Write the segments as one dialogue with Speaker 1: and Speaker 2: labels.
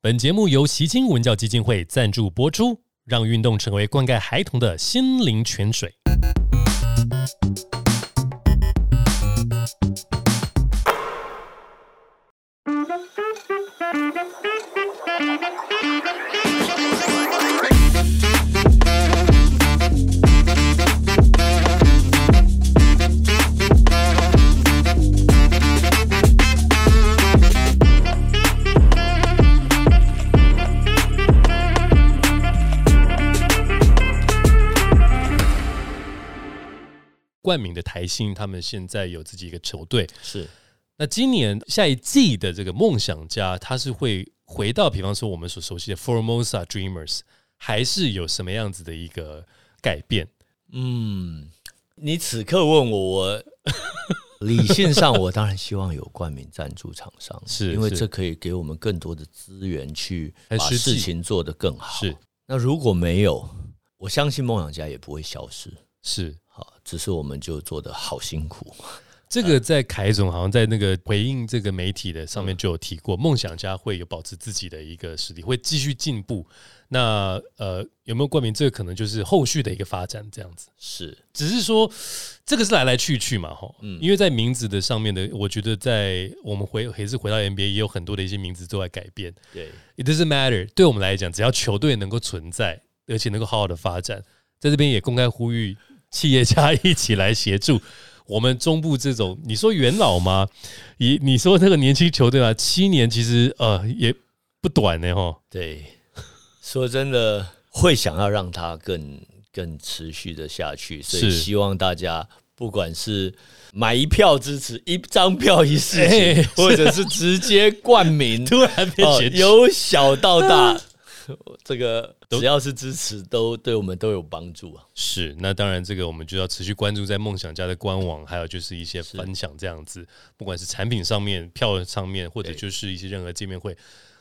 Speaker 1: 本节目由习清文教基金会赞助播出，让运动成为灌溉孩童的心灵泉水。冠名的台新，他们现在有自己一个球队。
Speaker 2: 是
Speaker 1: 那今年下一季的这个梦想家，他是会回到，比方说我们所熟悉的 Formosa Dreamers，还是有什么样子的一个改变？
Speaker 2: 嗯，你此刻问我，我 理性上我当然希望有冠名赞助厂商，啊
Speaker 1: 是
Speaker 2: 因为
Speaker 1: 是
Speaker 2: 这可以给我们更多的资源去
Speaker 1: 还
Speaker 2: 把
Speaker 1: 实际
Speaker 2: 事情做得更好。
Speaker 1: 是，
Speaker 2: 那如果没有，我相信梦想家也不会消失。
Speaker 1: 是
Speaker 2: 好，只是我们就做得好辛苦。
Speaker 1: 这个在凯总好像在那个回应这个媒体的上面就有提过，梦想家会有保持自己的一个实力，会继续进步。那呃，有没有冠名？这个可能就是后续的一个发展这样子。
Speaker 2: 是
Speaker 1: 只是说这个是来来去去嘛，哈，因为在名字的上面的，我觉得在我们回还是回到 NBA 也有很多的一些名字都在改变。
Speaker 2: 对，
Speaker 1: It doesn't matter，对我们来讲，只要球队能够存在，而且能够好好的发展，在这边也公开呼吁企业家一起来协助我们中部这种，你说元老吗？你你说这个年轻球队啊，七年其实呃也不短呢，哈，
Speaker 2: 对，说真的，会想要让它更更持续的下去，所以
Speaker 1: 是
Speaker 2: 希望大家不管是买一票支持，一张票一事
Speaker 1: 哎
Speaker 2: 情，或者是直接冠名， 啊
Speaker 1: 突然变
Speaker 2: 哦
Speaker 1: 学球。
Speaker 2: 由小到大，这个只要是支持，都对我们都有帮助啊。
Speaker 1: 是，那当然，这个我们就要持续关注在梦想家的官网，还有就是一些分享这样子，不管是产品上面、票上面，或者
Speaker 2: 对
Speaker 1: 就是一些任何见面会，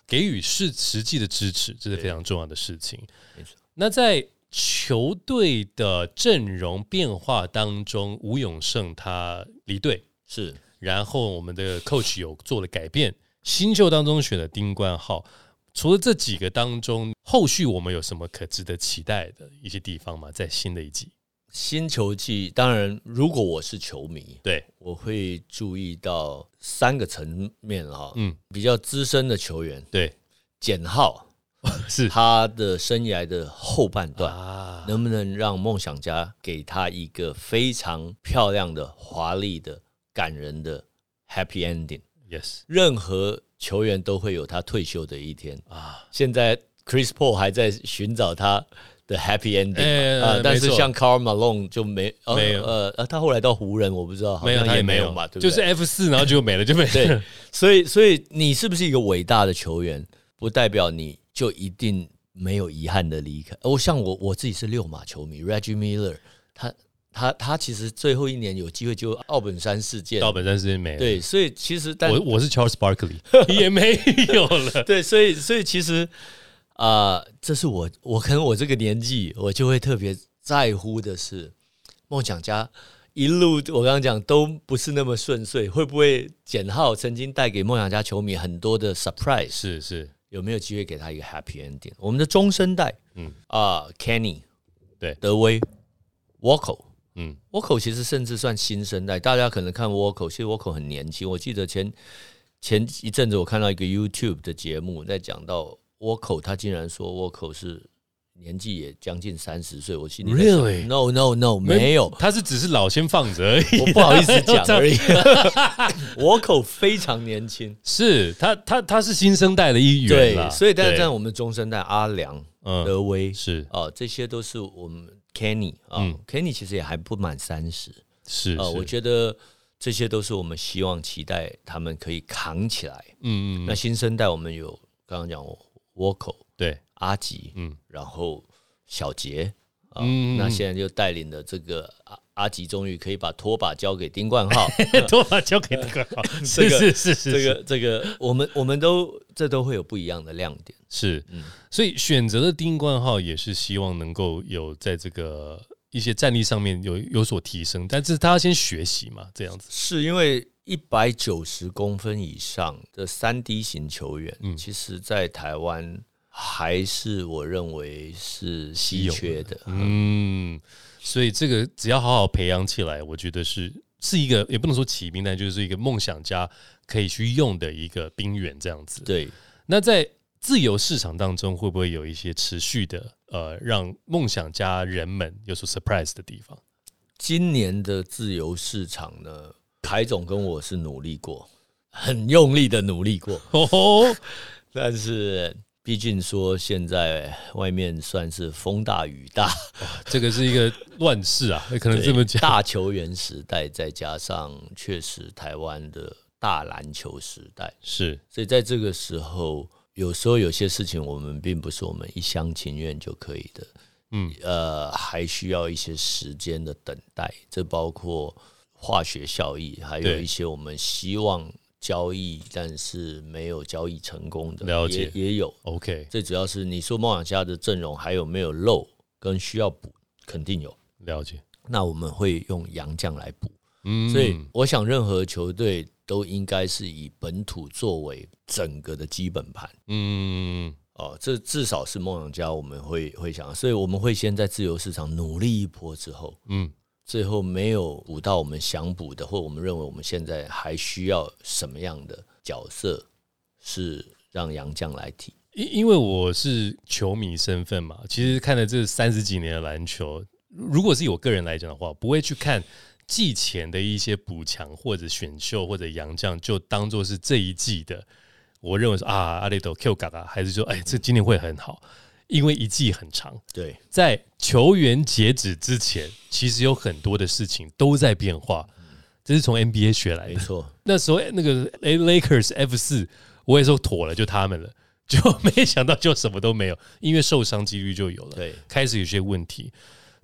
Speaker 1: 给予是实际的支持，这是非
Speaker 2: 对
Speaker 1: 常重要的事情
Speaker 2: 没错。
Speaker 1: 那在球队的阵容变化当中，吴永胜他离队，
Speaker 2: 是
Speaker 1: 然后我们的 coach 有做了改变，新秀当中选了丁冠浩。除了这几个当中，后续我们有什么可值得期待的一些地方吗？在新的一季，
Speaker 2: 新球季，当然，如果我是球迷，
Speaker 1: 对，
Speaker 2: 我会注意到三个层面哈、
Speaker 1: 嗯，
Speaker 2: 比较资深的球员
Speaker 1: 对，
Speaker 2: 简浩，
Speaker 1: 是
Speaker 2: 他的生涯的后半段，
Speaker 1: 啊，
Speaker 2: 能不能让梦想家给他一个非常漂亮的、华丽的、感人的 happy ending？
Speaker 1: yes
Speaker 2: 任何球员都会有他退休的一天。
Speaker 1: 啊，
Speaker 2: 现在 Chris Paul 还在寻找他的 happy ending 嘛、
Speaker 1: 哎
Speaker 2: 啊、
Speaker 1: 没
Speaker 2: 但是
Speaker 1: 错
Speaker 2: 像 Carl Malone 就没、呃、
Speaker 1: 没有
Speaker 2: 呃呃，他后来到湖人，我不知道，好
Speaker 1: 没有
Speaker 2: 像
Speaker 1: 他
Speaker 2: 也
Speaker 1: 没
Speaker 2: 没
Speaker 1: 有
Speaker 2: 嘛，对不
Speaker 1: 就
Speaker 2: 对？
Speaker 1: 是 F 四，然后就没了，就没
Speaker 2: 对
Speaker 1: 了，，
Speaker 2: 所以所以你是不是一个伟大的球员，不代表你就一定没有遗憾的离开。我、像我我自己是六马球迷，Reggie Miller，他他他其实最后一年有机会就奥本山事件，
Speaker 1: 到本山时间没了。，
Speaker 2: 对，所以其实但
Speaker 1: 我我是 Charles Barkley，也 没有了。
Speaker 2: 对，所以所以其实啊、呃这是我我可能我这个年纪，我就会特别在乎的是梦想家。一路我刚刚讲都不是那么顺遂，会不会简浩曾经带给梦想家球迷很多的 surprise？
Speaker 1: 是是，
Speaker 2: 有没有机会给他一个 happy ending？我们的中生代，
Speaker 1: 嗯
Speaker 2: 嗯啊、k e n n y
Speaker 1: 对
Speaker 2: 德威，Woko。
Speaker 1: 嗯，
Speaker 2: Woko 其实甚至算新生代，大家可能看 Woko，其实 Woko 很年轻。我记得前前一阵子我看到一个 YouTube 的节目，在讲到 Woko，他竟然说 Woko 是年纪也将近三十岁。我心里
Speaker 1: Really？
Speaker 2: no no no 没有，
Speaker 1: 他是只是老先放着而已。
Speaker 2: 我不好意思讲 而已。Woko 非常年轻，
Speaker 1: 是他他他是新生代的一员啦
Speaker 2: 对，所以但
Speaker 1: 对
Speaker 2: 是在我们中生代，阿良、
Speaker 1: 嗯
Speaker 2: 德威
Speaker 1: 是
Speaker 2: 哦，这些都是我们 Kenny 啊、
Speaker 1: 嗯
Speaker 2: k e n n y 其实也还不满三十
Speaker 1: 是
Speaker 2: 啊，我
Speaker 1: 是
Speaker 2: 觉得这些都是我们希望期待他们可以扛起来。
Speaker 1: 嗯嗯
Speaker 2: 那
Speaker 1: 嗯
Speaker 2: 新生代我们有刚刚讲我 Woko
Speaker 1: 对
Speaker 2: 阿吉，
Speaker 1: 嗯
Speaker 2: 然后小杰啊、
Speaker 1: 嗯嗯
Speaker 2: 那
Speaker 1: 嗯
Speaker 2: 现在就带领的这个阿阿吉终于可以把拖把交给丁 冠浩，
Speaker 1: 多把交给那个好，是
Speaker 2: 这个
Speaker 1: 是是是
Speaker 2: 这个这个我们我们都这都会有不一样的亮点，
Speaker 1: 是
Speaker 2: 嗯，
Speaker 1: 所以选择了丁冠浩也是希望能够有在这个一些战力上面有有所提升，但是他要先学习嘛，这样子
Speaker 2: 是因为一百九十公分以上的三 D 型球员，
Speaker 1: 嗯
Speaker 2: 其实在台湾还是我认为是
Speaker 1: 稀
Speaker 2: 稀
Speaker 1: 有
Speaker 2: 缺的。
Speaker 1: 嗯，所以这个只要好好培养起来，我觉得是是一个也不能说骑兵，但就是一个梦想家可以去用的一个兵源这样子。
Speaker 2: 对，
Speaker 1: 那在自由市场当中，会不会有一些持续的呃，让梦想家人们有所 surprise 的地 方？
Speaker 2: 今年的自由市场呢，凯总跟我是努力过，很用力的努力过，
Speaker 1: 哦，
Speaker 2: 但是毕竟说现在外面算是风大雨大，
Speaker 1: 这个是一个乱世啊，可能这么讲。
Speaker 2: 大球员时代，再加上确实台湾的大篮球时代，
Speaker 1: 是，
Speaker 2: 所以在这个时候，有时候有些事情我们并不是我们一厢情愿就可以的，
Speaker 1: 嗯，
Speaker 2: 呃，还需要一些时间的等待，这包括化学效益，还有
Speaker 1: 对
Speaker 2: 一些我们希望交易但是没有交易成功的，
Speaker 1: 了解
Speaker 2: 也也有。
Speaker 1: OK，
Speaker 2: 最主要是你说梦想家的阵容还有没有漏跟需要补，肯定有。
Speaker 1: 了解。
Speaker 2: 那我们会用洋将来补，
Speaker 1: 嗯，
Speaker 2: 所以我想任何球队都应该是以本土作为整个的基本盘。
Speaker 1: 嗯，
Speaker 2: 哦，这至少是梦想家，我们会会想，所以我们会先在自由市场努力一波之后，
Speaker 1: 嗯，
Speaker 2: 最后没有补到我们想补的，或我们认为我们现在还需要什么样的角色，是让杨绛来提。
Speaker 1: 因因为我是球迷身份嘛，其实看了这三十几年的篮球，如果是我个人来讲的话，不会去看季前的一些补强或者选秀或者洋将，就当做是这一季的。我认为说啊，阿雷斗 Q 嘎嘎，还是说哎，这今年会很好，因为一季很长，
Speaker 2: 对，
Speaker 1: 在球员截止之前，其实有很多的事情都在变化，这是从 NBA 学来
Speaker 2: 没
Speaker 1: 的。
Speaker 2: 错，
Speaker 1: 那时候那个 A- Lakers F 四，我也说妥了，就他们了， 就没想到就什么都没有，因为受伤几率就有了，
Speaker 2: 对，
Speaker 1: 开始有些问题。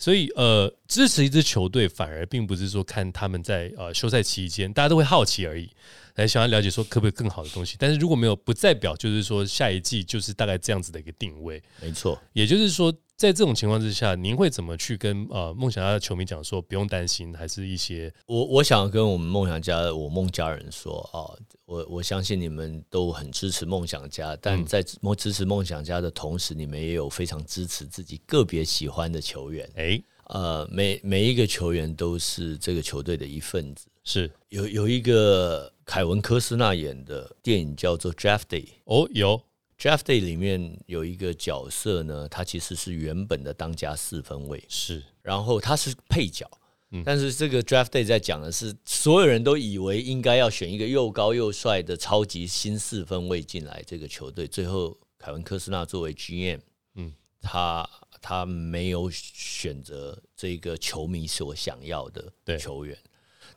Speaker 1: 所以呃，支持一支球队反而并不是说看他们在呃休赛期间，大家都会好奇而已，来想要了解说可不可以更好的东西。但是如果没有，不代表就是说下一季就是大概这样子的一个定位。
Speaker 2: 没错，
Speaker 1: 也就是说，在这种情况之下，您会怎么去跟呃梦想家的球迷讲说不用担心，还是一些
Speaker 2: 我我想跟我们梦想家，我梦家人说啊、我我相信你们都很支持梦想家，但在支支持梦想家的同时，你们也有非常支持自己个别喜欢的球员。
Speaker 1: 哎、
Speaker 2: 呃，每每一个球员都是这个球队的一份子。
Speaker 1: 是
Speaker 2: 有有一个凯文科斯纳演的电影叫做《Draft Day》
Speaker 1: 哦有。
Speaker 2: ，Draft Day 里面有一个角色呢，他其实是原本的当家四分卫，
Speaker 1: 是
Speaker 2: 然后他是配角。但是这个 draft day 在讲的是，所有人都以为应该要选一个又高又帅的超级新四分卫进来这个球队，最后凯文科斯纳作为 GM，
Speaker 1: 嗯
Speaker 2: 嗯，他他没有选择这个球迷所想要
Speaker 1: 对
Speaker 2: 的球员，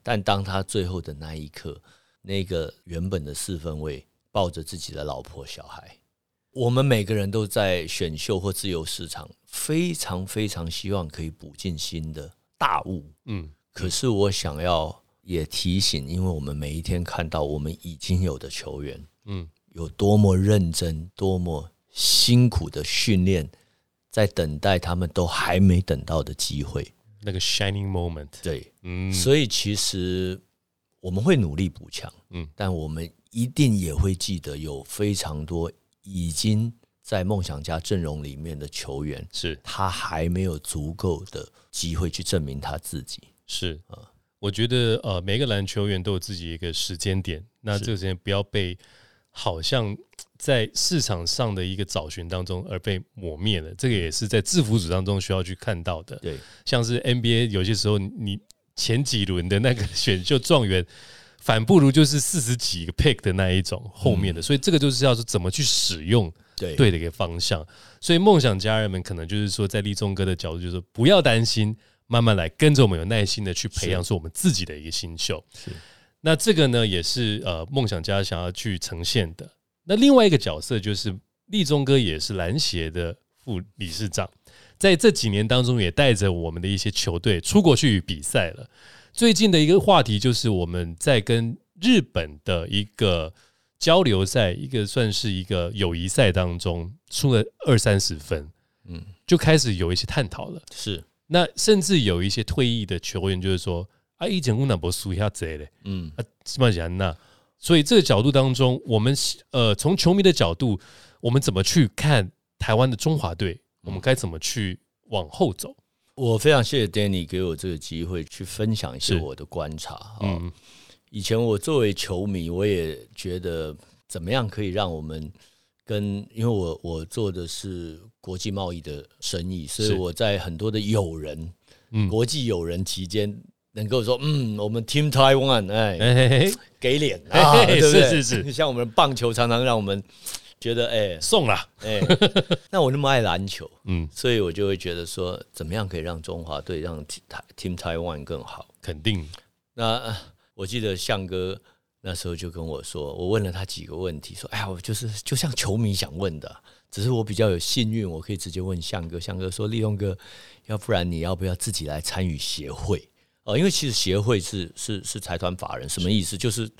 Speaker 2: 但当他最后的那一刻，那个原本的四分卫抱着自己的老婆小孩，我们每个人都在选秀或自由市场，非常非常希望可以补进新的大物。
Speaker 1: 嗯，
Speaker 2: 可是我想要也提醒，因为我们每一天看到我们已经有的球员，
Speaker 1: 嗯
Speaker 2: 嗯，有多么认真、多么辛苦的训练，在等待他们都还没等到的机会。
Speaker 1: 那个 shining moment，
Speaker 2: 对，
Speaker 1: 嗯，
Speaker 2: 所以其实我们会努力补强，
Speaker 1: 嗯
Speaker 2: 嗯，但我们一定也会记得有非常多已经在梦想家阵容里面的球员，
Speaker 1: 是
Speaker 2: 他还没有足够的机会去证明他自己。
Speaker 1: 是，我觉得呃，每个篮球员都有自己一个时间点，那这个时间不要被好像在市场上的一个找寻当中而被抹灭了，这个也是在制服组当中需要去看到的。
Speaker 2: 对，
Speaker 1: 像是 NBA 有些时候你前几轮的那个选秀状元， 反不如就是四十几个 pick 的那一种后面的，所以这个就是要是怎么去使用
Speaker 2: 对，
Speaker 1: 对的一个方向。所以梦想家人们可能就是说，在立中哥的角度，就是说不要担心，慢慢来，跟着我们有耐心的去培养，说我们自己的一个新秀。那这个呢，也是呃梦想家想要去呈现的。那另外一个角色就是立中哥，也是篮协的副理事长，在这几年当中也带着我们的一些球队出国去比赛了。最近的一个话题就是我们在跟日本的一个交流赛，一个算是一个友谊赛当中出了二三十分，嗯
Speaker 2: 嗯，
Speaker 1: 就开始有一些探讨了。
Speaker 2: 是
Speaker 1: 那甚至有一些退役的球员，就是说，啊，以前我那不输一下贼嘞，
Speaker 2: 嗯，
Speaker 1: 啊，基本上那，所以这个角度当中，我们呃从球迷的角度，我们怎么去看台湾的中华队？我们该怎么去往后走？
Speaker 2: 我非常谢谢 Danny 给我这个机会去分享一些
Speaker 1: 是
Speaker 2: 我的观察啊、哦
Speaker 1: 嗯，
Speaker 2: 以前我作为球迷，我也觉得怎么样可以让我们跟，因为我我做的是国际贸易的生意，所以
Speaker 1: 是
Speaker 2: 我在很多的友人，
Speaker 1: 嗯
Speaker 2: 国际友人期间，能够说，嗯，我们 Team Taiwan，哎，
Speaker 1: 哎嘿嘿，
Speaker 2: 给脸啊，
Speaker 1: 嘿
Speaker 2: 对不对？
Speaker 1: 是是是
Speaker 2: 像我们棒球常常让我们觉得，哎
Speaker 1: 送啦，
Speaker 2: 哎，那我那么爱篮球，
Speaker 1: 嗯，
Speaker 2: 所以我就会觉得说，怎么样可以让中华队让 Team Tai- Team Taiwan 更好？
Speaker 1: 肯定，
Speaker 2: 那呃我记得向哥那时候就跟我说，我问了他几个问题，说：“哎呀，我就是就像球迷想问的，只是我比较有幸运，我可以直接问向哥。向哥说，利用哥，要不然你要不要自己来参与协会？哦，因为其实协会是是是财团法人，什么意思？就是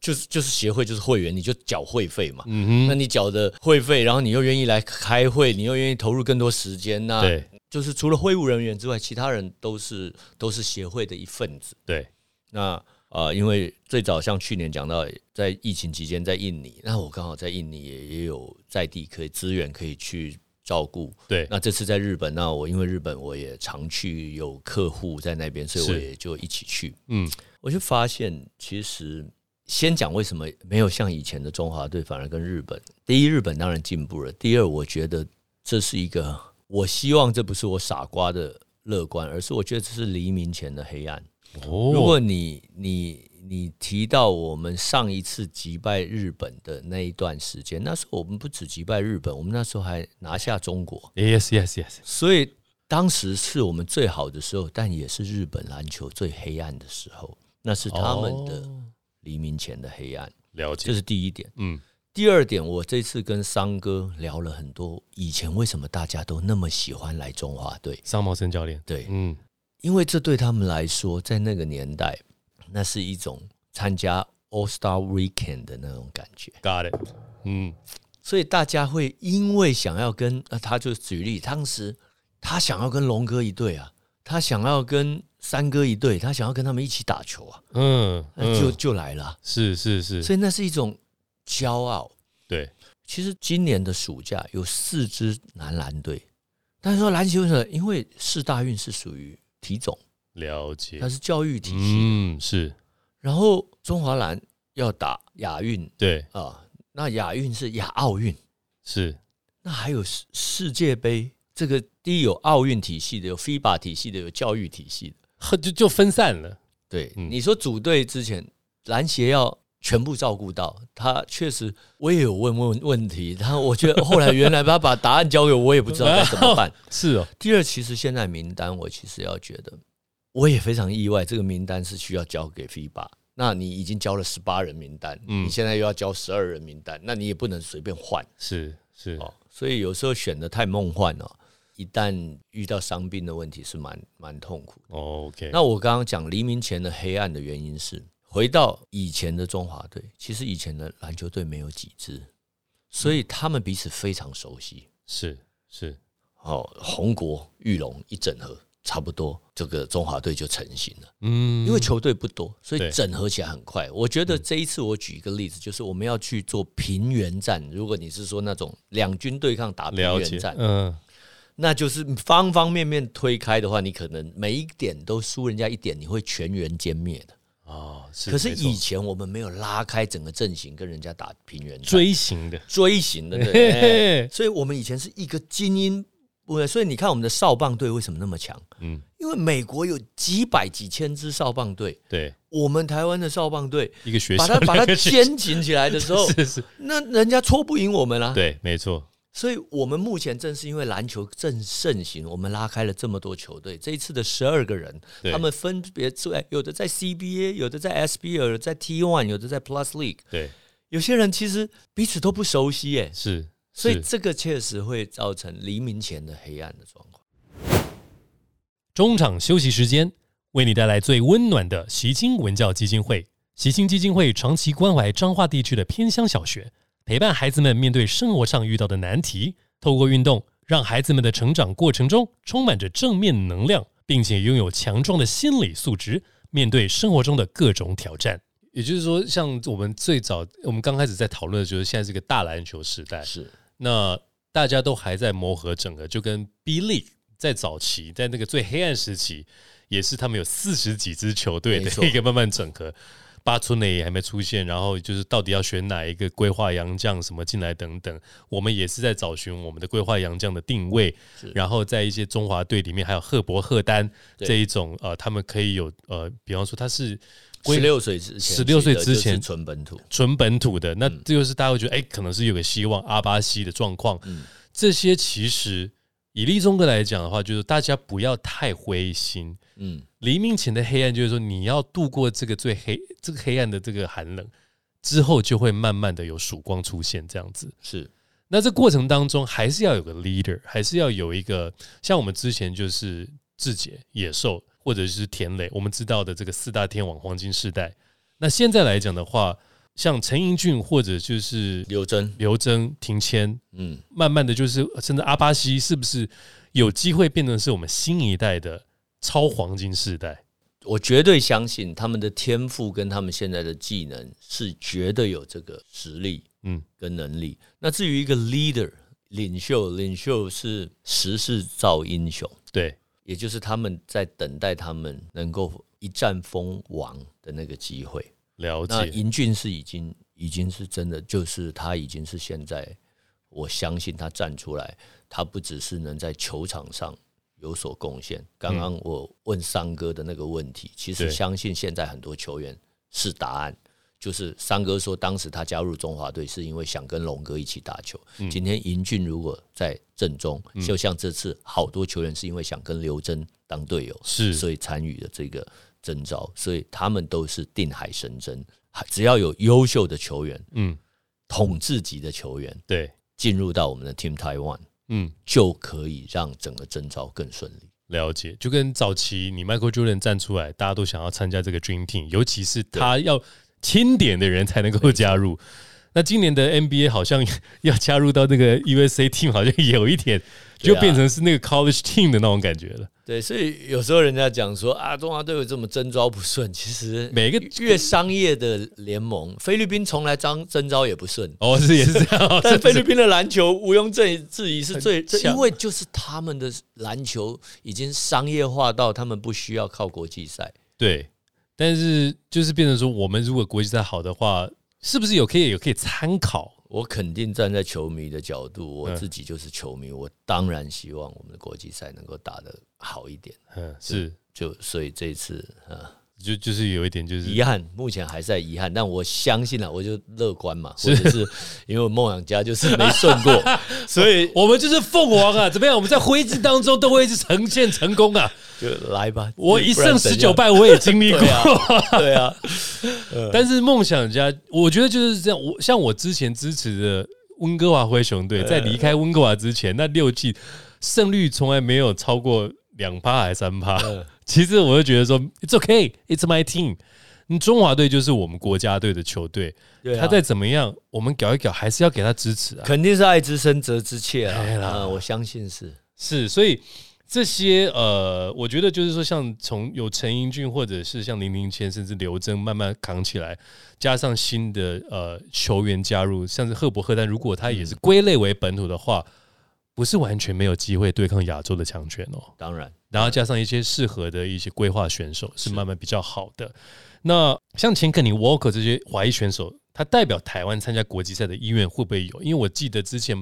Speaker 2: 就是就是协会就是会员，你就缴会费嘛。
Speaker 1: 嗯
Speaker 2: 那你缴的会费，然后你又愿意来开会，你又愿意投入更多时间，
Speaker 1: 哼，
Speaker 2: 那
Speaker 1: 对
Speaker 2: 就是除了会务人员之外，其他人都是都是协会的一份子。
Speaker 1: 对，
Speaker 2: 那呃，因为最早像去年讲到，在疫情期间在印尼，那我刚好在印尼也也有在地可以资源可以去照顾。
Speaker 1: 对
Speaker 2: 那这次在日本，那我因为日本我也常去，有客户在那边，所以我
Speaker 1: 是
Speaker 2: 也就一起去。
Speaker 1: 嗯，
Speaker 2: 我就发现，其实先讲为什么没有像以前的中华队，反而跟日本。第一，日本当然进步了；第二，我觉得这是一个，我希望这不是我傻瓜的乐观，而是我觉得这是黎明前的黑暗。
Speaker 1: 哦，
Speaker 2: 如果你你你提到我们上一次击败日本的那一段时间，那时候我们不止击败日本，我们那时候还拿下中国，
Speaker 1: yes yes yes，
Speaker 2: 所以当时是我们最好的时候，但也是日本篮球最黑暗的时候，那是他们的
Speaker 1: 哦
Speaker 2: 黎明前的黑暗，
Speaker 1: 了
Speaker 2: 这
Speaker 1: 解，
Speaker 2: 是第一点。
Speaker 1: 嗯，
Speaker 2: 第二点，我这次跟桑哥聊了很多，以前为什么大家都那么喜欢来中华队？
Speaker 1: 桑茂森教练，
Speaker 2: 对，
Speaker 1: 嗯，
Speaker 2: 因为这对他们来说，在那个年代，那是一种参加 All Star Weekend 的那种感觉，
Speaker 1: Got it，嗯，
Speaker 2: 所以大家会因为想要跟，呃、他就举例，当时他想要跟龙哥一队啊，他想要跟三哥一队，他想要跟他们一起打球啊，
Speaker 1: 嗯
Speaker 2: 那就、
Speaker 1: 嗯
Speaker 2: 就来了啊、
Speaker 1: 是是是，
Speaker 2: 所以那是一种骄傲。
Speaker 1: 对，
Speaker 2: 其实今年的暑假有四支男篮队，但是说篮球为什么？因为世大运是属于体总，
Speaker 1: 了解
Speaker 2: 它，是教育体系。
Speaker 1: 嗯，是
Speaker 2: 然后中华篮要打亚运
Speaker 1: 对，
Speaker 2: 啊、那亚运是亚奥运，
Speaker 1: 是
Speaker 2: 那还有世世界杯。这个第一有奥运体系的，有 FIBA 体系的，有教育体系的。
Speaker 1: 呵就就分散了，
Speaker 2: 对，
Speaker 1: 嗯
Speaker 2: 你说组队之前，篮协要全部照顾到，他确实我也有问问问题，他我觉得后来原来他把答案交给我，我也不知道该怎么办。
Speaker 1: 是哦，
Speaker 2: 第二，其实现在名单我其实要觉得，我也非常意外，这个名单是需要交给 FIBA。那你已经交了十八人名单，
Speaker 1: 嗯
Speaker 2: 你现在又要交十二人名单，那你也不能随便换
Speaker 1: 是是，
Speaker 2: 哦。所以有时候选的太梦幻了、一旦遇到伤病的问题是蛮蛮痛苦的。
Speaker 1: 哦 OK，
Speaker 2: 那我刚刚讲黎明前的黑暗的原因是，回到以前的中华队，其实以前的篮球队没有几支，所以他们彼此非常熟悉。
Speaker 1: 是是
Speaker 2: 哦，红国、玉龙一整合，差不多这个中华队就成型了。
Speaker 1: 嗯，
Speaker 2: 因为球队不多，所以
Speaker 1: 对嗯
Speaker 2: 整合起来很快。我觉得这一次我举一个例子，就是我们要去做平原战。如果你是说那种两军对抗打平
Speaker 1: 了解
Speaker 2: 原，战，
Speaker 1: 嗯，
Speaker 2: 那就是方方面面推开的话，你可能每一点都输人家一点，你会全员歼灭的。
Speaker 1: 哦，是，
Speaker 2: 可是
Speaker 1: 没错
Speaker 2: 以前我们没有拉开整个阵型跟人家打平原战，
Speaker 1: 锥形的，
Speaker 2: 锥形的，对。
Speaker 1: 嘿
Speaker 2: 哎
Speaker 1: 嘿
Speaker 2: 所以我们以前是一个精英部队，所以你看我们的少棒队为什么那么强？
Speaker 1: 嗯，
Speaker 2: 因为美国有几百几千支少棒队，
Speaker 1: 对，
Speaker 2: 我们台湾的少棒队
Speaker 1: 一个学校
Speaker 2: 把它把
Speaker 1: 两
Speaker 2: 它
Speaker 1: 个学校，
Speaker 2: 肩紧起来的时候
Speaker 1: 是是，
Speaker 2: 那人家戳不赢我们啊。
Speaker 1: 对，没错，
Speaker 2: 所以我们目前正是因为篮球正盛行，我们拉开了这么多球队。这一次的十二个人，
Speaker 1: 对
Speaker 2: 他们分别在有的在 CBA，有的在 SBL，有的在 T1，有的在 Plus League。
Speaker 1: 对，
Speaker 2: 有些人其实彼此都不熟悉耶，
Speaker 1: 是，
Speaker 2: 所以
Speaker 1: 是
Speaker 2: 这个确实会造成黎明前的黑暗的状况。
Speaker 1: 中场休息时间，为你带来最温暖的习清文教基金会。习清基金会长期关怀彰化地区的偏乡小学，陪伴孩子们面对生活上遇到的难题，透过运动，让孩子们的成长过程中充满着正面能量，并且拥有强壮的心理素质，面对生活中的各种挑战。也就是说，像我们最早我们刚开始在讨论的就是现在这个大篮球时代，
Speaker 2: 是
Speaker 1: 那大家都还在磨合整合，就跟 B League 在早期，在那个最黑暗时期，也是他们有四十几支球队
Speaker 2: 没
Speaker 1: 的
Speaker 2: 错
Speaker 1: 一个慢慢整合。八村垒也还没出现，然后就是到底要选哪一个规划洋将什么进来等等，我们也是在找寻我们的规划洋将的定位
Speaker 2: 是，
Speaker 1: 然后在一些中华队里面还有赫伯、赫丹
Speaker 2: 对
Speaker 1: 这一种呃，他们可以有呃，比方说他是归
Speaker 2: 十六岁之前，
Speaker 1: 16岁之前
Speaker 2: 就是纯本土，
Speaker 1: 纯本土的，那这就是大家会觉得，哎、可能是有个希望阿巴西的状况。
Speaker 2: 嗯
Speaker 1: 这些其实以立中哥来讲的话，就是大家不要太灰心。
Speaker 2: 嗯，
Speaker 1: 黎明前的黑暗，就是说你要度过这个最黑、这个黑暗的这个寒冷之后，就会慢慢的有曙光出现，这样子。
Speaker 2: 是
Speaker 1: 那这过程当中，还是要有个 leader，还是要有一个像我们之前就是志杰、野兽或者是田磊，我们知道的这个四大天王黄金世代。那现在来讲的话，像陈英俊或者就是
Speaker 2: 刘真，
Speaker 1: 刘铮、庭谦，
Speaker 2: 嗯，
Speaker 1: 慢慢的就是甚至阿巴西，是不是有机会变成是我们新一代的超黄金世代？
Speaker 2: 我绝对相信他们的天赋跟他们现在的技能是绝对有这个实力
Speaker 1: 嗯，
Speaker 2: 跟能力。那至于一个 leader 领袖，领袖是时势造英雄，
Speaker 1: 对，
Speaker 2: 也就是他们在等待他们能够一战封王的那个机会。
Speaker 1: 了
Speaker 2: 那
Speaker 1: 解，
Speaker 2: 英俊是已经已经是真的，就是他已经是现在，我相信他站出来，他不只是能在球场上有所贡献。刚刚我问三哥的那个问题，其
Speaker 1: 嗯
Speaker 2: 实
Speaker 1: 对
Speaker 2: 相信现在很多球员是答案。就是三哥说，当时他加入中华队是因为想跟龙哥一起打球。
Speaker 1: 嗯
Speaker 2: 今天银俊如果在正中，就像这次好多球员是因为想跟刘真当队友，
Speaker 1: 是
Speaker 2: 所以参与了这个征召，所以他们都是定海神针。只要有优秀的球员、
Speaker 1: 嗯，
Speaker 2: 统治级的球员
Speaker 1: 对，
Speaker 2: 进入到我们的 Team Taiwan，
Speaker 1: 嗯，
Speaker 2: 就可以让整个征召更顺利。
Speaker 1: 了解，就跟早期你 Michael Jordan 站出来，大家都想要参加这个 Dream Team，尤其是他要钦点的人才能够加入。那今年的 NBA 好像 要加入到那个 USA Team，好像有一点
Speaker 2: 对
Speaker 1: 就
Speaker 2: 啊
Speaker 1: 变成是那个 College Team 的那种感觉了。
Speaker 2: 对，所以有时候人家讲说啊，中华队有这么征招不顺，其实
Speaker 1: 每个
Speaker 2: 越商业的联盟，菲律宾从来招征招也不顺。
Speaker 1: 哦，是也是这样 哦，
Speaker 2: 但
Speaker 1: 是
Speaker 2: 菲律宾的篮球毋庸置疑是最，这
Speaker 1: 强
Speaker 2: 因为就是他们的篮球已经商业化到他们不需要靠国际赛，
Speaker 1: 对，但是就是变成说，我们如果国际赛好的话，是不是有可以有可以参考？
Speaker 2: 我肯定站在球迷的角度，我
Speaker 1: 嗯
Speaker 2: 自己就是球迷，我当然希望我们的国际赛能够打得好一点。啊
Speaker 1: 嗯，是，
Speaker 2: 就所以这一次，呃，
Speaker 1: 就就是有一点就是
Speaker 2: 遗憾，目前还在遗憾，但我相信啊，我就乐观嘛，或者是因为我梦想家就是没顺 过，所以
Speaker 1: 我们就是凤凰啊！怎么样？我们在灰烬当中都会是呈现成功啊！
Speaker 2: 就来吧。
Speaker 1: 我一
Speaker 2: 不然
Speaker 1: 胜
Speaker 2: 怎
Speaker 1: 十
Speaker 2: 样
Speaker 1: 九，败，我也经历过。
Speaker 2: 对啊，
Speaker 1: 但是梦想家，我觉得就是这样。我像我之前支持的温哥华灰熊队，在离开温哥华之前，那六季胜率从来没有超过两趴还是三趴。
Speaker 2: 嗯
Speaker 1: 其实我就觉得说，It's okay, It's my team。你中华队就是我们国家队的球队，
Speaker 2: 对啊
Speaker 1: 他再怎么样，我们搞一搞，还是要给他支持啊。
Speaker 2: 肯定是爱之深责之切啊，
Speaker 1: 哎啦
Speaker 2: 啊我相信是。
Speaker 1: 是，所以这些呃，我觉得就是说，像从有陈英俊或者是像林林谦，甚至刘铮慢慢扛起来，加上新的呃球员加入，像是赫伯赫丹，如果他也是归类为本土的话，不是完全没有机会对抗亚洲的强权哦。
Speaker 2: 当然，
Speaker 1: 然后加上一些适合的一些规划选手是慢慢比较好的。那像钱肯尼、Walker 这些华裔选手，他代表台湾参加国际赛的意愿会不会有？因为我记得之前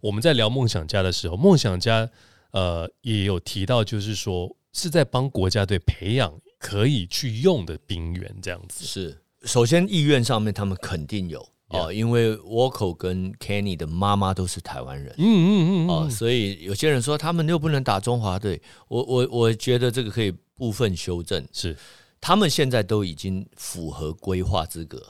Speaker 1: 我们在聊梦想家的时候，梦想家呃也有提到，就是说是在帮国家队培养可以去用的兵员这样子。
Speaker 2: 是，首先意愿上面他们肯定有哦，因为 Woko 跟 Kenny 的妈妈都是台湾人
Speaker 1: 嗯嗯嗯嗯，
Speaker 2: 哦，所以有些人说他们又不能打中华队，我我我觉得这个可以部分修正，
Speaker 1: 是
Speaker 2: 他们现在都已经符合规划资格，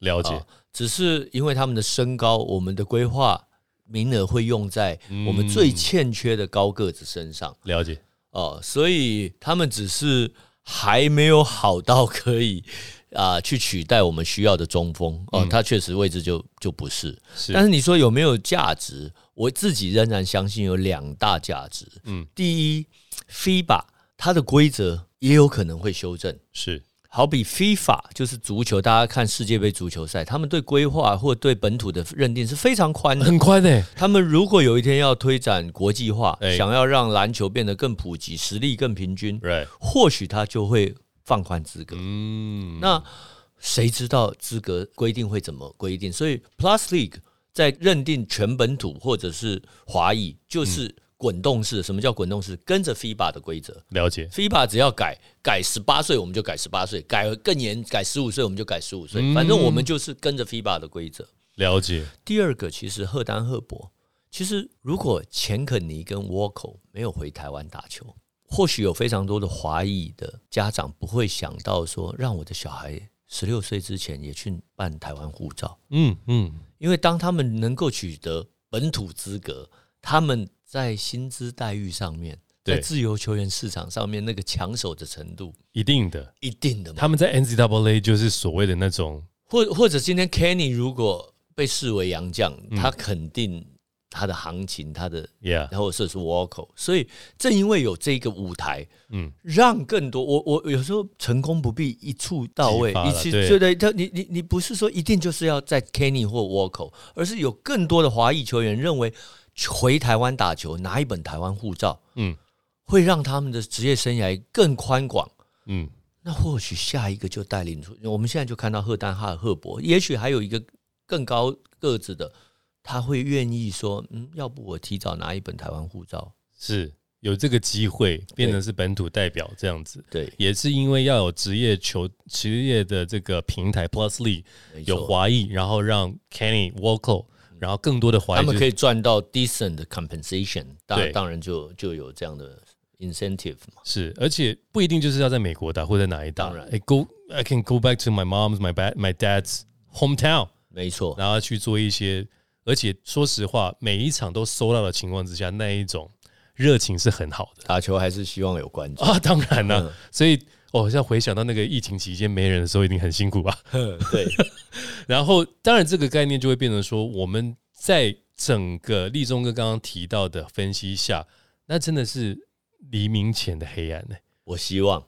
Speaker 1: 了解。
Speaker 2: 哦只是因为他们的身高，我们的规划名额会用在
Speaker 1: 嗯
Speaker 2: 我们最欠缺的高个子身上
Speaker 1: 了解，
Speaker 2: 哦，所以他们只是还没有好到可以啊、去取代我们需要的中锋哦，他确实位置就就不是。
Speaker 1: 嗯是
Speaker 2: 但是你说有没有价值？我自己仍然相信有两大价值。
Speaker 1: 嗯，
Speaker 2: 第一，FIBA 它的规则也有可能会修正，
Speaker 1: 是
Speaker 2: 好比 FIFA 就是足球，大家看世界杯足球赛，他们对规划或对本土的认定是非常宽的。
Speaker 1: 很宽诶、
Speaker 2: 他们如果有一天要推展国际化，
Speaker 1: 哎
Speaker 2: 想要让篮球变得更普及，实力更平均，
Speaker 1: right，
Speaker 2: 或许他就会放宽资格。
Speaker 1: 嗯，
Speaker 2: 那谁知道资格规定会怎么规定？所以 Plus League 在认定全本土或者是华裔，
Speaker 1: 嗯
Speaker 2: 就是滚动式。什么叫滚动式？跟着 FIBA 的规则
Speaker 1: 了解，
Speaker 2: ，FIBA 只要改改十八岁，我们就改十八岁；改更严，改十五岁，我们就改十五岁。
Speaker 1: 嗯
Speaker 2: 反正我们就是跟着 FIBA 的规则。
Speaker 1: 了解，
Speaker 2: 第二个，其实赫丹赫伯，其实如果钱肯尼跟沃口没有回台湾打球，或许有非常多的华裔的家长不会想到说，让我的小孩十六岁之前也去办台湾护照，
Speaker 1: 嗯嗯，
Speaker 2: 因为当他们能够取得本土资格，他们在薪资待遇上面，
Speaker 1: 对
Speaker 2: 在自由球员市场上面那个抢手的程度，
Speaker 1: 一定的。
Speaker 2: 一定的嘛。
Speaker 1: 他们在 NCAA 就是所谓的那种
Speaker 2: 或或者今天 Kenny 如果被视为洋将，他肯定他的行情，他的
Speaker 1: ，Yeah，
Speaker 2: 然后这是 Walko，所以正因为有这个舞台，
Speaker 1: 嗯，
Speaker 2: 让更多我我有时候成功不必一触到位
Speaker 1: 激发，了
Speaker 2: 一次
Speaker 1: 对
Speaker 2: 对对，他你你你不是说一定就是要在 Kenny 或 Walko，而是有更多的华裔球员认为回台湾打球拿一本台湾护照，
Speaker 1: 嗯
Speaker 2: 会让他们的职业生涯更宽广。
Speaker 1: 嗯，
Speaker 2: 那或许下一个就带领出，我们现在就看到赫丹哈赫伯，也许还有一个更高个子的，他会愿意说，嗯，要不我提早拿一本台湾护照。
Speaker 1: 是有这个机会变成是本土代表这样子，
Speaker 2: 对，
Speaker 1: 也是因为要有职业球职业的这个平台 Plus League
Speaker 2: 没错嗯
Speaker 1: 有华裔，然后让 Kenny Walker，然后更多的华
Speaker 2: 他
Speaker 1: 裔、就
Speaker 2: 们
Speaker 1: 是
Speaker 2: 可以赚到 decent 的 compensation，
Speaker 1: 对
Speaker 2: 当当然就就有这样的 incentive 嘛。
Speaker 1: 是，而且不一定就是要在美国打或在哪里打。
Speaker 2: 当然
Speaker 1: I go I can go back to my mom's my ba- my dad's hometown，
Speaker 2: 没错，
Speaker 1: 然后去做一些，而且说实话，每一场都收到的情况之下，那一种热情是很好的
Speaker 2: 打球还是希望有关 注。
Speaker 1: 啊，当然
Speaker 2: 嗯
Speaker 1: 了、所以我好像回想到那个疫情期间没人的时候，一定很辛苦吧。
Speaker 2: 对，
Speaker 1: 然后，当然这个概念就会变成说，我们在整个立中哥刚刚提到的分析下，那真的是黎明前的黑暗呢、
Speaker 2: 我希 望，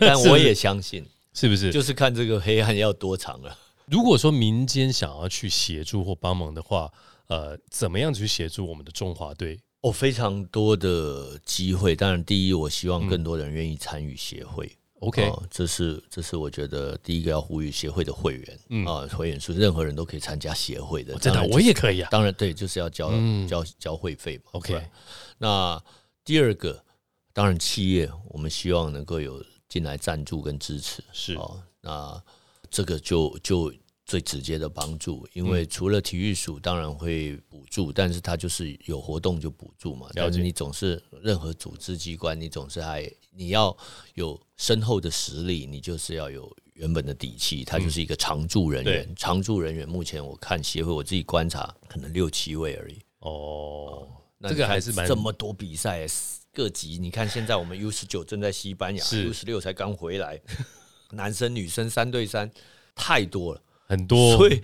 Speaker 2: 但我也相信，
Speaker 1: 是不是？
Speaker 2: 就是看这个黑暗要多长了。
Speaker 1: 如果说民间想要去协助或帮忙的话，呃，怎么样去协助我们的中华队？
Speaker 2: 哦，非常多的机会。当然，第一，我希望更多人愿意参与协会。
Speaker 1: OK，、
Speaker 2: 哦这是这是我觉得第一个要呼吁协会的会员，
Speaker 1: 嗯
Speaker 2: 啊，会员数任何人都可以参加协会的。
Speaker 1: 真的
Speaker 2: 当然就
Speaker 1: 我也可以啊。
Speaker 2: 当然对，就是要交、
Speaker 1: 嗯
Speaker 2: 交交会费嘛。
Speaker 1: OK
Speaker 2: 不然那第二个，当然企业我们希望能够有进来赞助跟支持
Speaker 1: 是
Speaker 2: 哦。那这个就就最直接的帮助，因为除了体育署当然会补助，但是它就是有活动就补助嘛。但是你总是任何组织机关，你总是还你要有深厚的实力，你就是要有原本的底气，他就是一个常驻人员。常驻人员目前我看协会，我自己观察可能六七位而已。
Speaker 1: 哦，
Speaker 2: 那
Speaker 1: 这
Speaker 2: 你
Speaker 1: 个
Speaker 2: 看
Speaker 1: 还是蛮
Speaker 2: 这么多比赛各级，你看现在我们 U 十九正在西班牙
Speaker 1: 是
Speaker 2: ，U 十六才刚回 来，男生女生三对三，太多了。
Speaker 1: 很多，
Speaker 2: 所以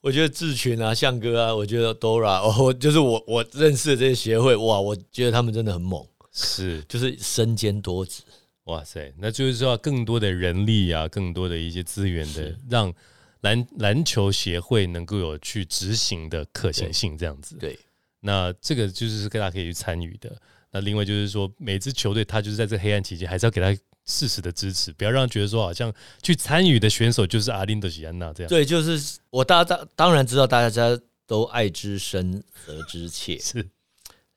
Speaker 2: 我觉得志群啊、向哥啊，我觉得 Dora，哦我就是我我认识的这些协会，哇，我觉得他们真的很猛，
Speaker 1: 是
Speaker 2: 就是身兼多职。
Speaker 1: 哇塞，那就是说要更多的人力啊，更多的一些资源的，让篮篮球协会能够有去执行的可行性，这样子。
Speaker 2: 对，
Speaker 1: 那这个就是大家可以去参与的。那另外就是说，每支球队他就是在这黑暗期间，还是要给他适时的支持，不要让觉得说好像去参与的选手就是阿林德吉安娜这样。
Speaker 2: 对，就是我大家当然知道大家都爱之深责之切，
Speaker 1: 是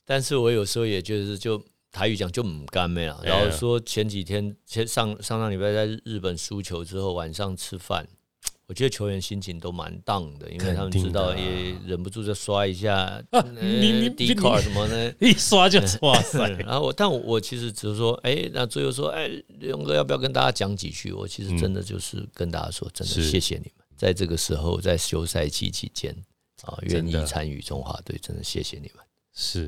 Speaker 2: 但是我有时候也就是就台语讲就唔干妹啊。
Speaker 1: 哎呀
Speaker 2: 然后说前几天前上上上礼拜在日本输球之后，晚上吃饭，我觉得球员心情都蛮荡的，因为他们
Speaker 1: 肯定
Speaker 2: 知道
Speaker 1: 的啊啊
Speaker 2: 也忍不住就刷一下呃
Speaker 1: 你你你
Speaker 2: D 卡什么的。
Speaker 1: 一刷就是哇塞，
Speaker 2: 然后我，但我我其实只是说，哎、那最后说，哎、勇哥要不要跟大家讲几句？我其实真的就是跟大家说，真
Speaker 1: 嗯
Speaker 2: 的
Speaker 1: 是
Speaker 2: 谢谢你们，在这个时候，在休赛期期间啊，愿
Speaker 1: 真的
Speaker 2: 意参与中华队，真的谢谢你们。
Speaker 1: 是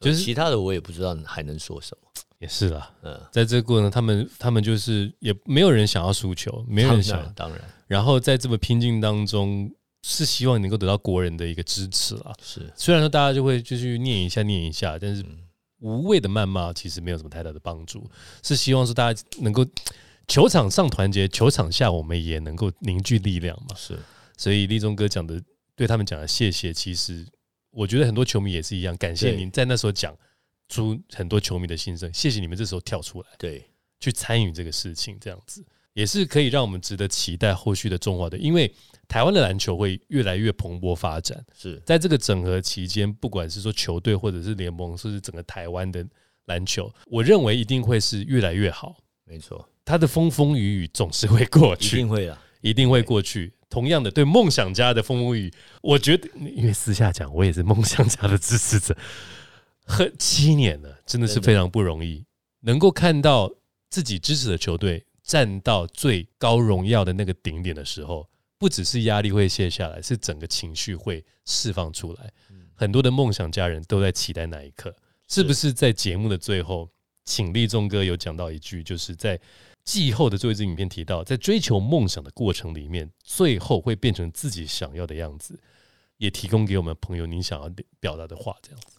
Speaker 1: 就是
Speaker 2: 啊其他的我也不知道还能说什么。
Speaker 1: 也是啦。
Speaker 2: 嗯，
Speaker 1: 在这个过程，他们他们就是也没有人想要输球，没有
Speaker 2: 当
Speaker 1: 人想
Speaker 2: 然，当然
Speaker 1: 然后在这么拼劲当中，是希望能够得到国人的一个支持啦。
Speaker 2: 是嗯
Speaker 1: 虽然说大家就会就去念一下念一下，但是无谓的谩骂其实没有什么太大的帮助，是希望说大家能够球场上团结，球场下我们也能够凝聚力量嘛。
Speaker 2: 是
Speaker 1: 所以立中哥讲的，对他们讲的谢谢，其实我觉得很多球迷也是一样，感谢
Speaker 2: 对
Speaker 1: 您在那时候讲出很多球迷的心声，谢谢你们这时候跳出来
Speaker 2: 对，
Speaker 1: 去参与这个事情，这样子也是可以让我们值得期待后续的中华队，因为台湾的篮球会越来越蓬勃发展。
Speaker 2: 是
Speaker 1: 在这个整合期间，不管是说球队或者是联盟，甚至整个台湾的篮球，我认为一定会是越来越好。
Speaker 2: 没错，
Speaker 1: 它的风风雨雨总是会过
Speaker 2: 一
Speaker 1: 去，
Speaker 2: 定会啦。
Speaker 1: 一定会过去。同样的，对梦想家的风风雨雨，我觉得因为私下讲，我也是梦想家的支持者，很七年了，真的是
Speaker 2: 真的
Speaker 1: 非常不容易，能够看到自己支持的球队站到最高荣耀的那个顶点的时候，不只是压力会卸下来，是整个情绪会释放出来。
Speaker 2: 嗯
Speaker 1: 很多的梦想家人都在期待那一刻，是不是在节目的最后，请立中哥有讲到一句，就是在季后的最后一支影片提到，在追求梦想的过程里面，最后会变成自己想要的样子，也提供给我们朋友你想要表达的话，这样子。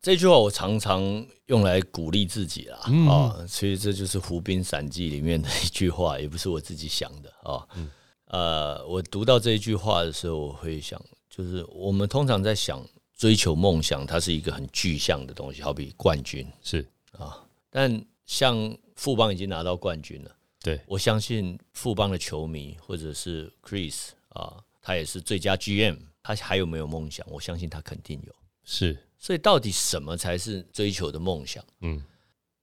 Speaker 2: 这句话我常常用来鼓励自己啦，
Speaker 1: 嗯
Speaker 2: 啊，所以这就是《湖滨散记》里面的一句话，也不是我自己想的啊。
Speaker 1: 嗯
Speaker 2: 呃，我读到这一句话的时候，我会想，就是我们通常在想追求梦想，它是一个很具象的东西，好比冠军，
Speaker 1: 是
Speaker 2: 但像富邦已经拿到冠军了，
Speaker 1: 对
Speaker 2: 我相信富邦的球迷或者是 Chris 啊，他也是最佳 GM，他还有没有梦想？我相信他肯定有。
Speaker 1: 是，
Speaker 2: 所以到底什么才是追求的梦想？
Speaker 1: 嗯，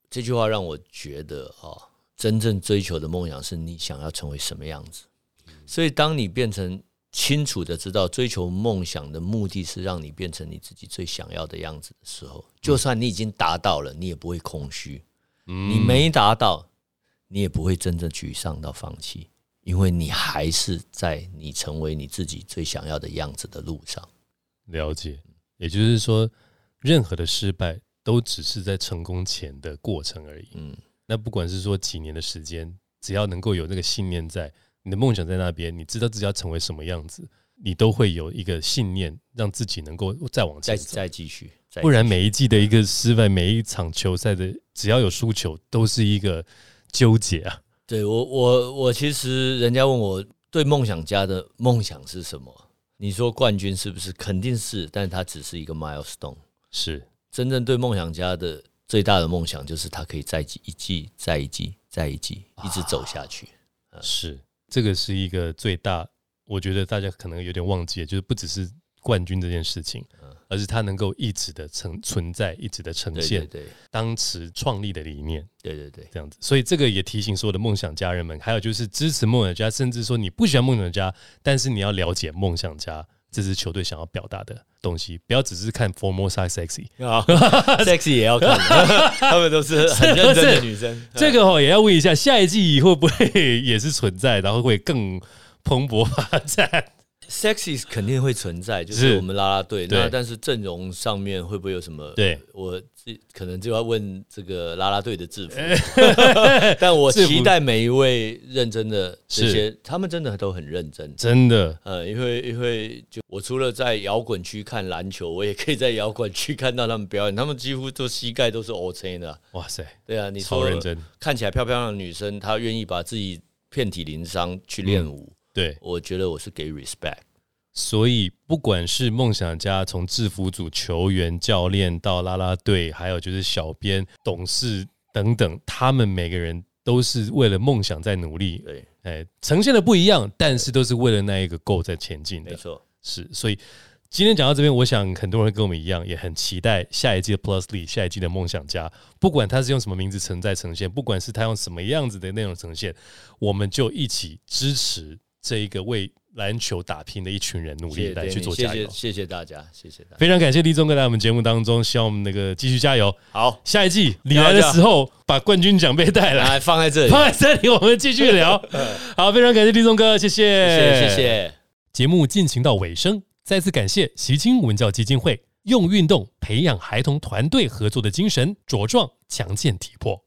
Speaker 2: 这句话让我觉得啊、哦真正追求的梦想是你想要成为什么样子。所以当你变成清楚的知道追求梦想的目的是让你变成你自己最想要的样子的时候，就算你已经达到了，你也不会空虚。
Speaker 1: 嗯
Speaker 2: 你没达到，你也不会真正沮丧到放弃，因为你还是在你成为你自己最想要的样子的路上。
Speaker 1: 了解，也就是说，任何的失败都只是在成功前的过程而已。
Speaker 2: 嗯，
Speaker 1: 那不管是说几年的时间，只要能够有那个信念在，你的梦想在那边，你知道自己要成为什么样子，你都会有一个信念，让自己能够再往
Speaker 2: 再
Speaker 1: 前走。
Speaker 2: 再继续，再
Speaker 1: 不然每一季的一个失败，每一场球赛的只要有输球，都是一个纠结啊。
Speaker 2: 对我，我我其实人家问我对梦想家的梦想是什么，你说冠军是不是？肯定是，但它只是一个 milestone。
Speaker 1: 是
Speaker 2: 真正对梦想家的最大的梦想就是他可以再季一季再一季再一季一直走下去。
Speaker 1: 是，这个是一个最大，我觉得大家可能有点忘记了，就是不只是冠军这件事情，而是它能够一直的成存在，一直的呈
Speaker 2: 对对
Speaker 1: 现
Speaker 2: 对
Speaker 1: 当时创立的理念。
Speaker 2: 对对对，
Speaker 1: 这样子。所以这个也提醒所有的梦想家人们，还有就是支持梦想家，甚至说你不喜欢梦想家，但是你要了解梦想家这支球队想要表达的东西，不要只是看 Formosa sexy。
Speaker 2: 啊，sexy 也要 看，他们都是很认真的女生。
Speaker 1: 这个哦，也要问一下，下一季会不会 也是存在，然后会更蓬勃发展？
Speaker 2: sexy 肯定会存在，就是是我们啦啦队。
Speaker 1: 对
Speaker 2: 那但是阵容上面会不会有什么？
Speaker 1: 对，
Speaker 2: 我自可能就要问这个啦啦队的 制服。但我
Speaker 1: 制服
Speaker 2: 期待每一位认真的这
Speaker 1: 是
Speaker 2: 些，他们真的都很认真。
Speaker 1: 真的
Speaker 2: 呃，因为因为就我除了在摇滚区看篮球，我也可以在摇滚区看到他们表演，他们几乎都膝盖都是 O C 的啊。
Speaker 1: 哇塞，
Speaker 2: 对啊，你
Speaker 1: 超
Speaker 2: 说
Speaker 1: 认真，
Speaker 2: 看起来漂漂亮的女生，她愿意把自己遍体鳞伤去练舞，
Speaker 1: 对。
Speaker 2: 我觉得我是给 respect。
Speaker 1: 所以不管是梦想家，从制服组球员、教练到啦啦队，还有就是小编、董事等等，他们每个人都是为了梦想在努力，
Speaker 2: 对，
Speaker 1: 哎，呈现的不一样，但是都是为了那一个 goal 在前进
Speaker 2: 没
Speaker 1: 的。
Speaker 2: 错。
Speaker 1: 是，所以今天讲到这边，我想很多人跟我们一样，也很期待下一季的 Plus League，下一季的梦想家，不管他是用什么名字存在呈现，不管是他用什么样子的内容呈现，我们就一起支持这一个为篮球打拼的一群人努力
Speaker 2: 谢谢
Speaker 1: 来去
Speaker 2: Danny，
Speaker 1: 做
Speaker 2: 谢
Speaker 1: 加
Speaker 2: 谢
Speaker 1: 油。
Speaker 2: 谢谢大家，谢谢大家。
Speaker 1: 非常感谢立中哥来我们节目当中，希望我们那个继续加油。
Speaker 2: 好，
Speaker 1: 下一季你来的时候，把冠军奖杯带来。
Speaker 2: 来放在这里，
Speaker 1: 放在这里，我们继续 聊。好，非常感谢立中哥，谢谢，
Speaker 2: 谢谢谢。谢。
Speaker 1: 节目进行到尾声，再次感谢习清文教基金会用运动培养孩童团队合作的精神，茁壮强健体魄。